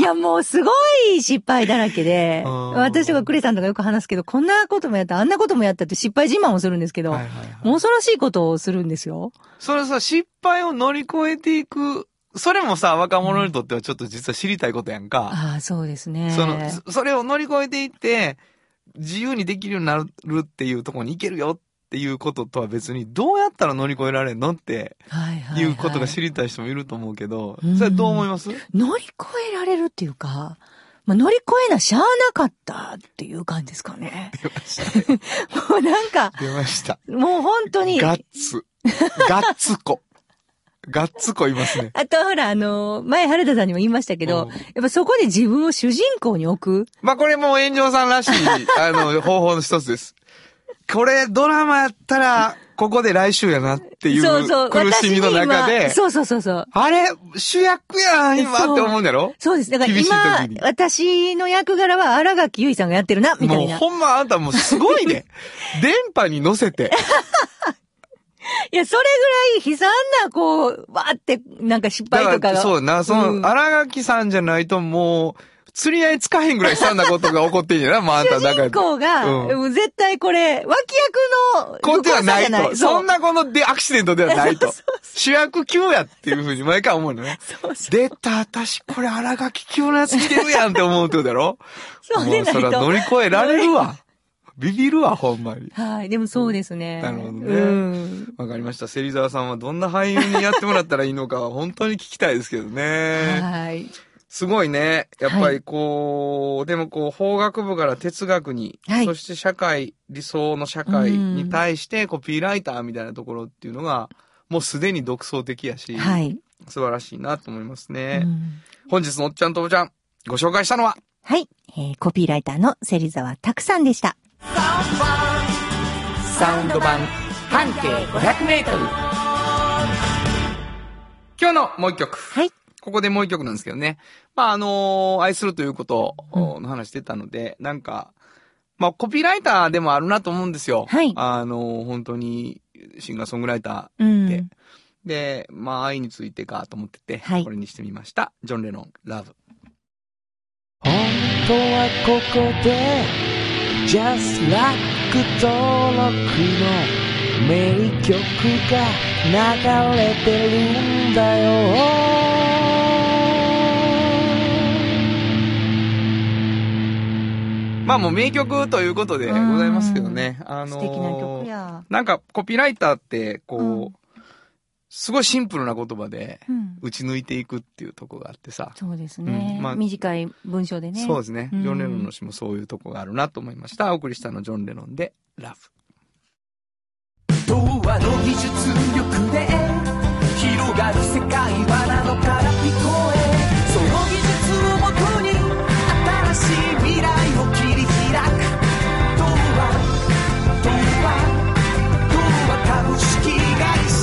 や、もうすごい失敗だらけで、うん私とかクレさんとかよく話すけど、こんなこともやった、あんなこともやったって失敗自慢をするんですけど、はいはいはい恐ろしいことをするんですよ。それさ、失敗を乗り越えていく、それもさ、若者にとってはちょっと実は知りたいことやんか。ああ、そうですね。その、そそれを乗り越えていって、自由にできるようになるっていうところに行けるよっていうこととは別に、どうやったら乗り越えられんのってはいはいいうことが知り、りたい人もいると思うけど、うんそれどう思います乗り越えられるっていうか、まあ、乗り越えなしゃあなかったっていう感じですか ね。出ました。もうなんか、出ました。もう本当に、ガッツ。ガッツ子。ガッツ子いますね。あとほら、あの、前原田さんにも言いましたけど、うんやっぱそこで自分を主人公に置く。まあ、これもう炎上さ んらしい、あの、方法の一つです。これ、ドラマやったら、ここで来週やなっていうそうそう。苦しみの中私にはで、そうそうそうそう。あれ、主役やん、今そうって思うんだろそうです。だから厳しい今時に、私の役柄は荒垣結衣さんがやってるな、みたもいうな。いほんまあんたもうすごい ね。電波に乗せて。や、それぐらい悲惨な、こう、わーって、なんか失敗とかが。そうな、その、うん荒垣さんじゃないともう、釣り合いつかへんぐらい悲惨なことが起こってんや な、もうあんた主の中人で。公が、うんもう絶対これ、脇役の、こうではないと。そうそんなこのでアクシデントではない とそ。主役級やっていうふうに毎回思うのね。そう そう出た、私、これ、荒垣急のやつ来てるやんって思うってことだろ そうもでうないそとれは乗り越えられるわ。ビビるわ、ほんまに。はい、でもそうですね。なるほどねうん。わかりました。芹沢さんはどんな俳優にやってもらったらいいのかは本当に聞きたいですけどね。はい。すごいね。やっぱりこう、でもこう、法学部から哲学に、はいそして社会、理想の社会に対してコピーライターみたいなところっていうのが、もうすでに独創的やし、はい。素晴らしいなと思いますね。うん本日のおっちゃんとおばちゃん、ご紹介したのは、はい。えーコピーライターの芹沢拓さんでした。サウンド版半径500メートル今日のもう一曲。はいここでもう一曲なんですけどね。まあ、あのー愛するということの話出たので、なんか、まあ、コピーライターでもあるなと思うんですよ。はいあのー本当に、シンガーソングライタうーでん。。で、まあ、愛についてかと思ってて、はいこれにしてみました。ジョン・レノン、ラブ。本当はここで Just Like 登録の名曲が流れてるんだよまあもう名曲ということでございますけどね。あ素の敵な曲や。なんかコピーライターって、こう、うんすごいシンプルな言葉で、うん。打ち抜いていくっていうとこがあってさ。そうですね。うんまあ短い文章でね。そうですね。ジうんョン・レノンの詩もそういうとこがあるなと思いました。お送りしたのジョン・レノンで、ラフ。童話の技術力で広がる世界はなのから聞こえその技術をもとに新しい未来を切り開く童話童話童話株式会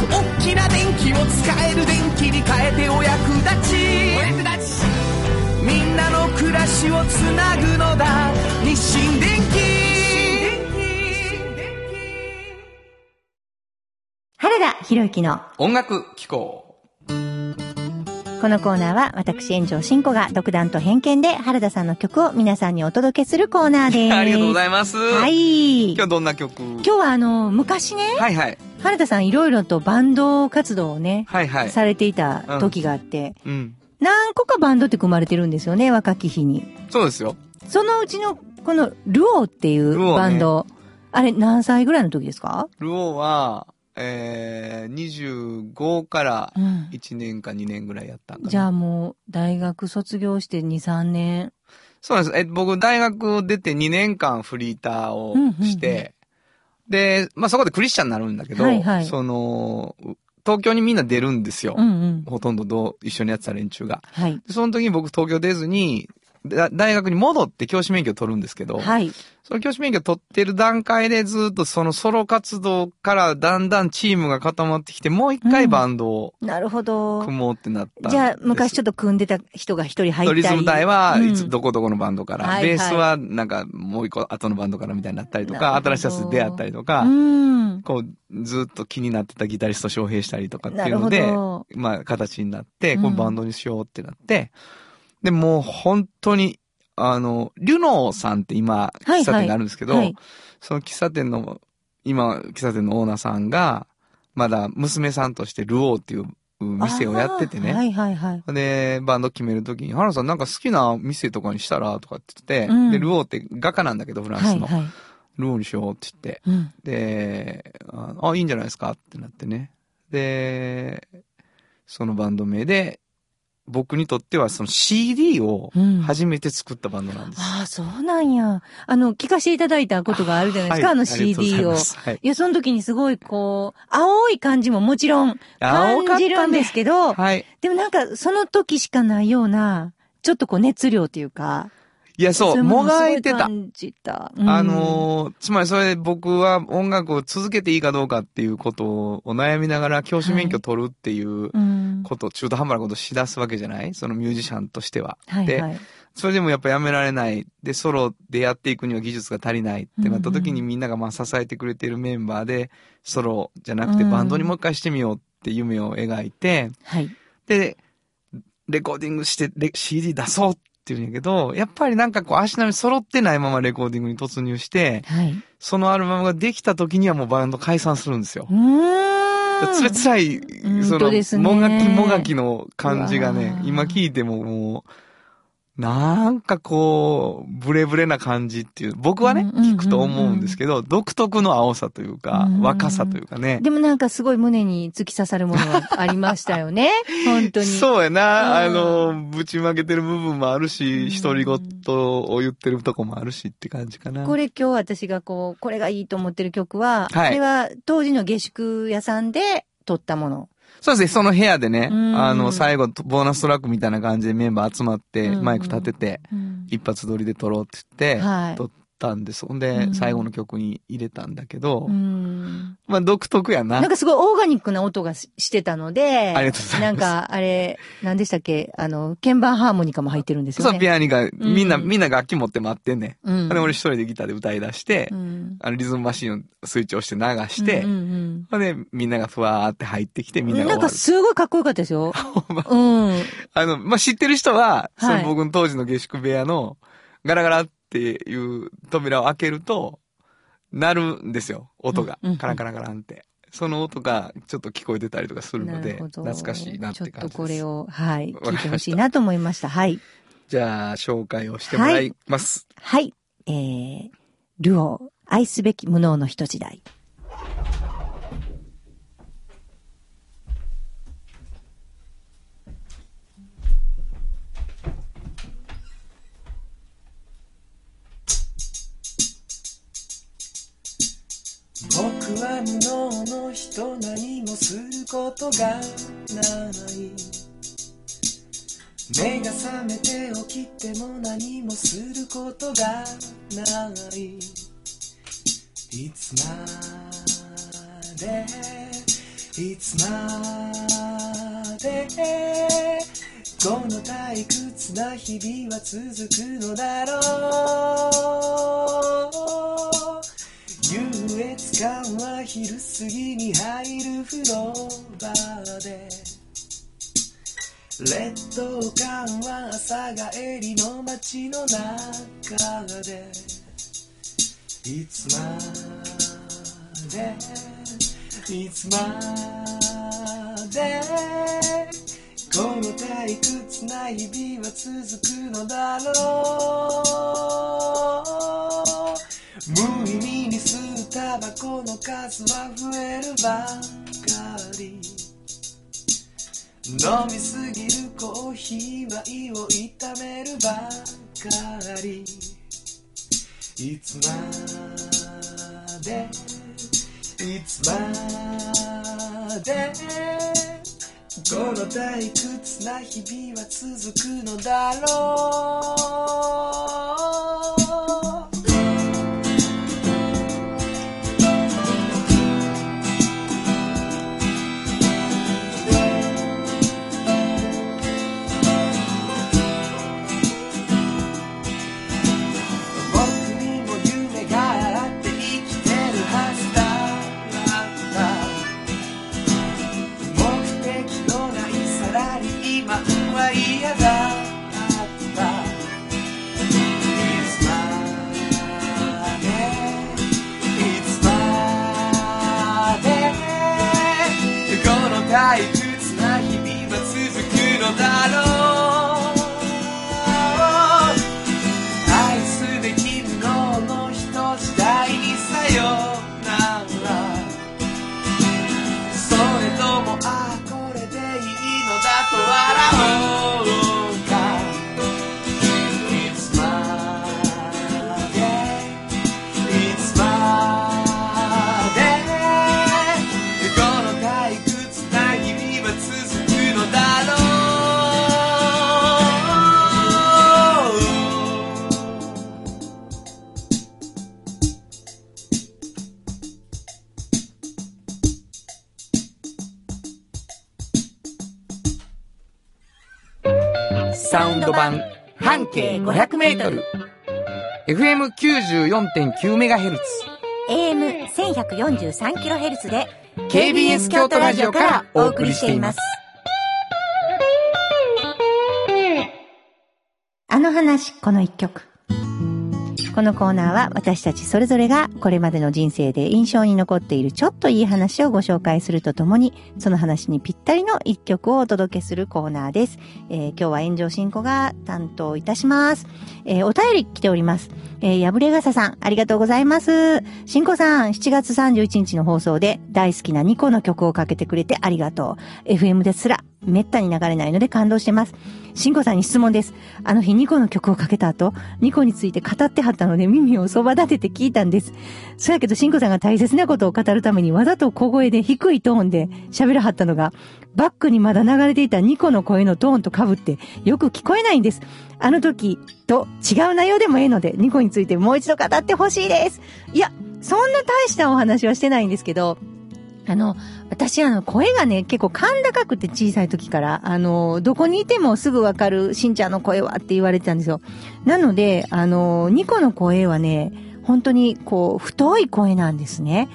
大きな電気を使える電気に変えてお役立ちお役立ちみんなの暮らしをつなぐのだ日清電気原田博之の音楽機構。このコーナーは私、炎上真子が独断と偏見で原田さんの曲を皆さんにお届けするコーナーです。 ありがとうございいます。は。い。今今日どんな曲今日はあの、昔ね、はいはい。原田さんいろいろとバンド活動をね、はいはい。されていた時があって、うん。何個かバンドって組まれてるんですよね、若き日に。そうですよ。そのうちの、この、ルオーっていうルオーねバンド、あれ何歳ぐらいの時ですかルオーは、えー、25からうん。 1年か2年ぐらいやったんかなじゃあもう、大学卒業して2、3年。そうなんです。え、僕、大学を出て2年間フリーターをして、うんうんで、まあ、そこでクリスチャンになるんだけど、はいはいその、東京にみんな出るんですよ。うんうん。ほとんどどう一緒にやってた連中が。はい。でその時に僕、東京出ずに、だ大学に戻って教師免許を取るんですけど、はい。その教師免許取ってる段階でずっとそのソロ活動からだんだんチームが固まってきて、もう一回バンドをなるほど。組もうってなったんです。じゃあ、昔ちょっと組んでた人が一人入ったり。リズム隊は、うんいつ、どこどこのバンドから、はいはいベースは、なんか、もう一個後のバンドからみたいになったりとなか、るほど新しいやつで出会ったりとか、うん。こう、ずっと気になってたギタリスト招聘したりとかってないるうのほで、ど。まあ、形になって、うんこうバンドにしようってなって、で、もう本当に、あの、リュノーさんって今、いはい喫茶店があるんですけど、はいその喫茶店の、今、喫茶店のオーナーさんが、まだ娘さんとしてルオーっていう店をやっててねあー、はいはいはい。で、バンド決めるときに、原さんなんか好きな店とかにしたらとかって言って、うんで、ルオーって画家なんだけど、フランスはいの。はい。ルオーにしようって言って。うん。で、あ、あいいんじゃないですかってなってね。で、そのバンド名で、僕にとってはその CD をうん初めて作ったバンドなんです。ああ、そうなんや。あの、聞かせていただいたことがあるじゃないですか、はあいのりがとうござ CD いをま。すはい。いや、その時にすごいこう、青い感じももちろん青か感ったじるんですけど、はい。でもなんかその時しかないような、ちょっとこう熱量というか、いや、そう、いものすごがいてた。感じた。うんあのーつまりそれで僕は音楽を続けていいかどうかっていうことを悩みながら教師免許取るっていううん。こと、中途半端なことをしだすわけじゃないそのミュージシャンとしては。はいではい。それでもやっぱやめられない。で、ソロでやっていくには技術が足りないってなった時うんにみんながまあ支えてくれているメンバーで、ソロじゃなくてうんバンドにもう一回してみようって夢を描いて、はい。で、レコーディングしてレ CD 出そうっていうんやけど、やっぱりなんかこう足並み揃ってないままレコーディングに突入して、はい。そのアルバムができた時にはもうバンド解散するんですよう。ーん。つれつらい、んそ本当ですの、ねもがきもがきの感じがうわね、ー今聞いてももう、なんかこう、ブレブレな感じっていう、僕はね、うんうんうんうん聞くと思うんですけど、独特の青さというかうん、若さというかね。でもなんかすごい胸に突き刺さるものがありましたよ ね。本当に。う。そうやな、あうんの、ぶちまけてる部分もあうるんし、独り言を言ってるとこもあるしって感じかな。これ今日私がこう、これがいいと思ってる曲は、はいこれは当時の下宿屋さんで撮ったもの。そうですね、その部屋でね、うんあの、最後、ボーナストラックみたいな感じでメンバー集まって、うんマイク立てて、一発撮りで撮ろうって言って、はい撮ったんです。ほんでう、ん最後の曲に入れたんだけど、うん。まあ独特やなんな。かすごいオーガニックな音がししてたので、ありがとうございますなんか、あれ、何でしたっけあの、鍵盤ハーモニカも入ってるんですよ そう、ね。ピアニが、みんな、うんみんな楽器持って待ってんね。うんん。で、俺一人でギターで歌い出して、うんあの、リズムマシンをスイッチ押して流して、うんうんほんで、みんながふわーって入ってきて、うみんん、ながなん終わかる。すごいかっこよかったです よ。ほんまうん。あの、まあ、知ってる人は、はいその僕の当時の下宿部屋の、ガラガラっていう扉を開けると、鳴るんですよ、音が。うんうんカランカランカランって。その音がちょっと聞こえてたりとかするのなで、るほど懐かしいなって感じです。ちょっとこれを、はい、わか聞いりましたてほしいなと思いました。はい。じゃあ、紹介をしてもらいます。はい。えー、ルオー、愛すべき無能の人時代。僕は無能の人何もすることがない目が覚めて起きても何もすることがないいつまでいつまでこの退屈な日々は続くのだろう優越感は昼過ぎに入る風呂場で劣等感は朝帰りの街の中でいつまでいつまでこの退屈な日々は続くのだろう無意味に吸うタバコの数は増えるばかり飲みすぎるコーヒーは胃を痛めるばかりいつまでいつまでこの退屈な日々は続くのだろう僕にも夢があって生きてるはずだった目的のないさらに今は嫌だったいつまでいつまでこの退屈な日々は続くのだろう愛すべき無能の人時代にさよならそれともああこれでいいのだと笑おうかいつまでいつまでこの退屈な日々は続くのだろう FM94.9MHz。 AM1143kHz で KBS 京都ラジオからお送りしています。あの話、この一曲。このコーナーは私たちそれぞれがこれまでの人生で印象に残っているちょっといい話をご紹介するとともに、その話にぴったりの一曲をお届けするコーナーです。えー今日は炎上進行が担当いたします。えーお便り来ております。えー、やぶれがささん、ありがとうございます。進行さん、7月31日の放送で大好きな2個の曲をかけてくれてありがとう。FM ですらめったに流れないので感動してます。しんこさんに質問です。あの日ニコの曲をかけた後、ニコについて語ってはったので耳をそば立てて聞いたんです。そやけどしんこさんが大切なことを語るためにわざと小声で低いトーンで喋らはったのが、バックにまだ流れていたニコの声のトーンと被ってよく聞こえないんです。あの時と違う内容でもええので、ニコについてもう一度語ってほしいです。いや、そんな大したお話はしてないんですけど、あの、私、あの、声がね、結構甲高くて小さい時から、あの、どこにいてもすぐわかる、しんちゃんの声はって言われてたんですよ。なので、あの、ニコの声はね、本当に、こう、太い声なんですね。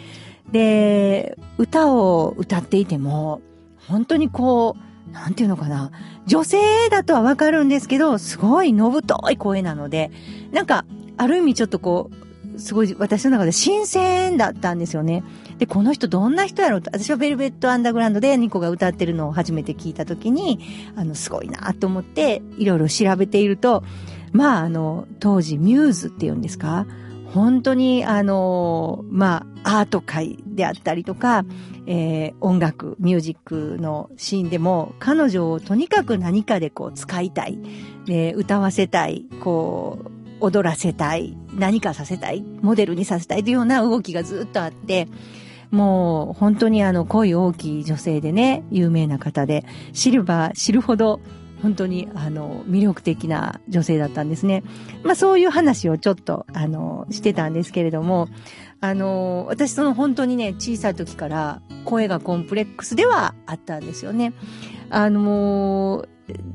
で、歌を歌っていても、本当にこう、なんていうのかな。女性だとはわかるんですけど、すごいのぶとい声なので、なんか、ある意味ちょっとこう、すごい私の中で新鮮だったんですよね。で、この人どんな人やろうと、私はベルベットアンダーグラウンドでニコが歌ってるのを初めて聞いたときに、あの、すごいなと思って、いろいろ調べていると、まあ、あの、当時ミューズっていうんですか本当に、あの、まあ、アート界であったりとか、えー、音楽、ミュージックのシーンでも、彼女をとにかく何かでこう使いたい、で、歌わせたい、こう、踊らせたい、何かさせたい、モデルにさせたいというような動きがずっとあって、もう本当にあの恋大きい女性でね、有名な方で、知れば知るほど本当にあの魅力的な女性だったんですね。まあそういう話をちょっとあのしてたんですけれども、あの私その本当にね、小さい時から声がコンプレックスではあったんですよね。あの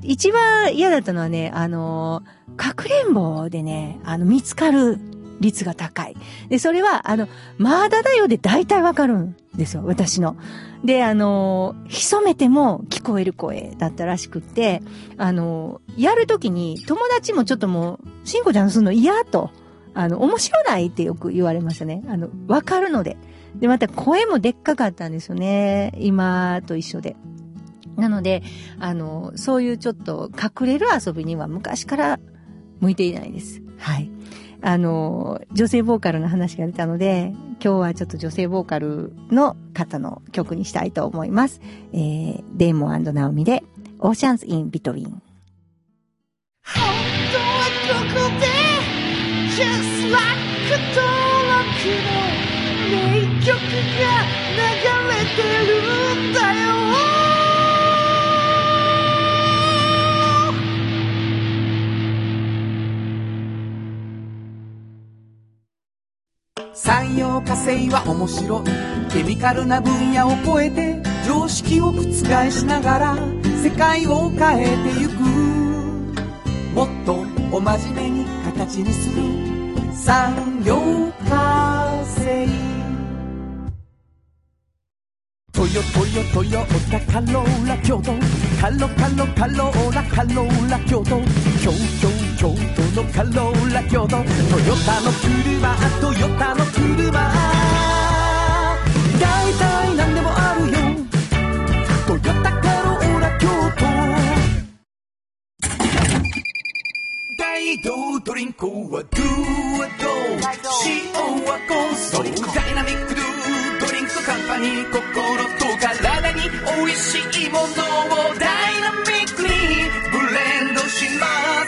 一番嫌だったのはね、あのかくれんぼでね、あの、見つかる率が高い。で、それは、あの、まだだよで大体わかるんですよ、私の。で、あの、潜めても聞こえる声だったらしくって、あの、やるときに友達もちょっともう、しんこちゃんするの嫌と、あの、面白ないってよく言われましたね。あの、わかるので。で、また声もでっかかったんですよね。今と一緒で。なので、あの、そういうちょっと隠れる遊びには昔から向いていないです。はい。あの、女性ボーカルの話が出たので、今日はちょっと女性ボーカルの方の曲にしたいと思います。えー、デーモンナオミで、オーシャンズ・イン・ビトウィン。本当はここで、Just Like 登録の名曲が流れてるんだよ産業化成は面白いケミカルな分野を超えて常識を覆しながら世界を変えてゆくもっとお真面目に形にする産業化成トヨトヨトヨタカローラ京都カロカロカローラカローラ京都京都京都のカローラ京都トヨタの車トヨタの車大体何でもあるよトヨタカローラ京都大道ドリンクはドゥはド塩はコンソーダイナミックドゥドリンクとカンパニー心と体に美味しいものをダイナミックにブレンドします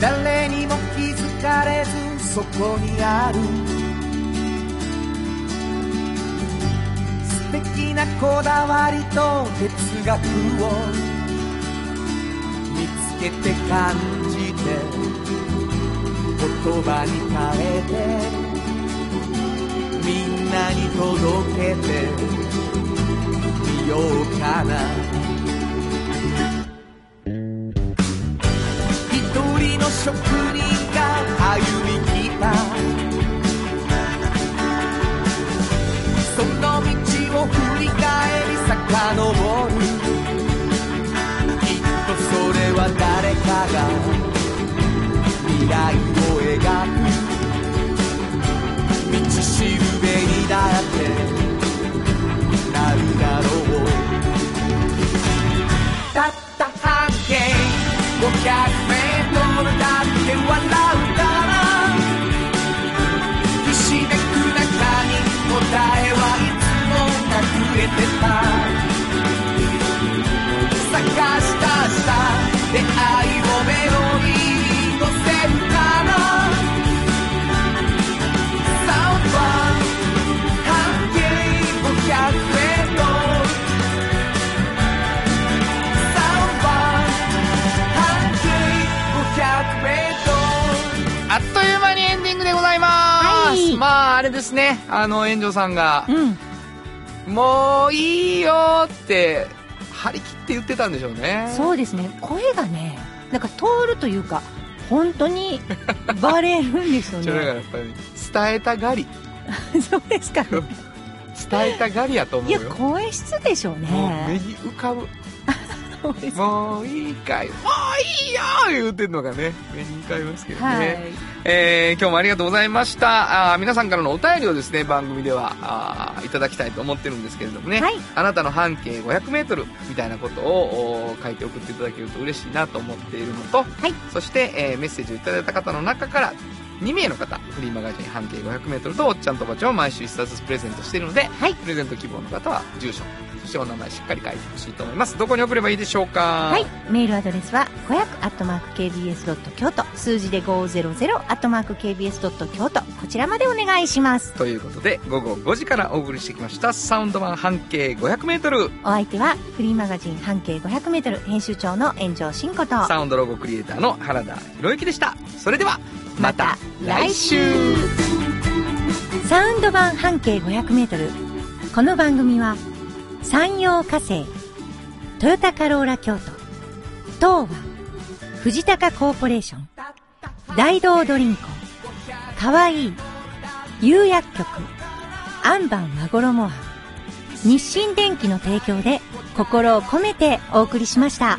誰にも気づかれずそこにある素敵なこだわりと哲学を見つけて感じて言葉に変えてみんなに届けてみようかなその道を振り返り遡るきっとそれは誰かが未来を描く道しるべにだってなるだろうたった半径500メートルだって笑うからひしめく中に答えはいつも隠れてた探したした出会いをメロディーに乗せるから Sound One 半径500メートルあっという間にエンディングでございます、はいまああれですねあの炎上さんがうん。 「もういいよ」って張り切って言ってたんでしょうねそうですね。声がね、なんか通るというか、本当にバレるん ですよちょだからね。やっぱり伝えたがりそうですか。伝えたがりやと思いうや、よ声質でしょうもう目ね。に 浮かぶそうですもういいかいもういいよ言うてんのがね目に浮かびますけどね、はい。えー今日もありがとうございましたあー皆さんからのお便りをですね番組ではあーいただきたいと思ってるんですけれどもね、はいあなたの半径 500m みたいなことをおー書いて送っていただけると嬉しいなと思っているのと、いそして、えーメッセージをいただいた方の中から2名の方フリーマガジン半径 500m とおっちゃんとおばちゃんを毎週1冊ずつプレゼントしているので、はいプレゼント希望の方は住所そしてお名前しっかり書いてほしいと思いますどこに送ればいいでしょうかはい、メールアドレスは500 KBS ドット京都数字で500 KBS ドット京都こちらまでお願いします。ということで午後5時からお送りしてきましたサウンド版半径 500m お相手はフリーマガジン半径500メートル編集長の炎上真子と。サウンドロゴクリエイターの原田博之でしたそれではまた来週サウンド版半径500メートル。この番組は、山陽火星、トヨタカローラ京都、東和、藤高コーポレーション、大道ドリンク、かわいい、釉薬局、アンバン和衣庵、日清電機の提供で心を込めてお送りしました。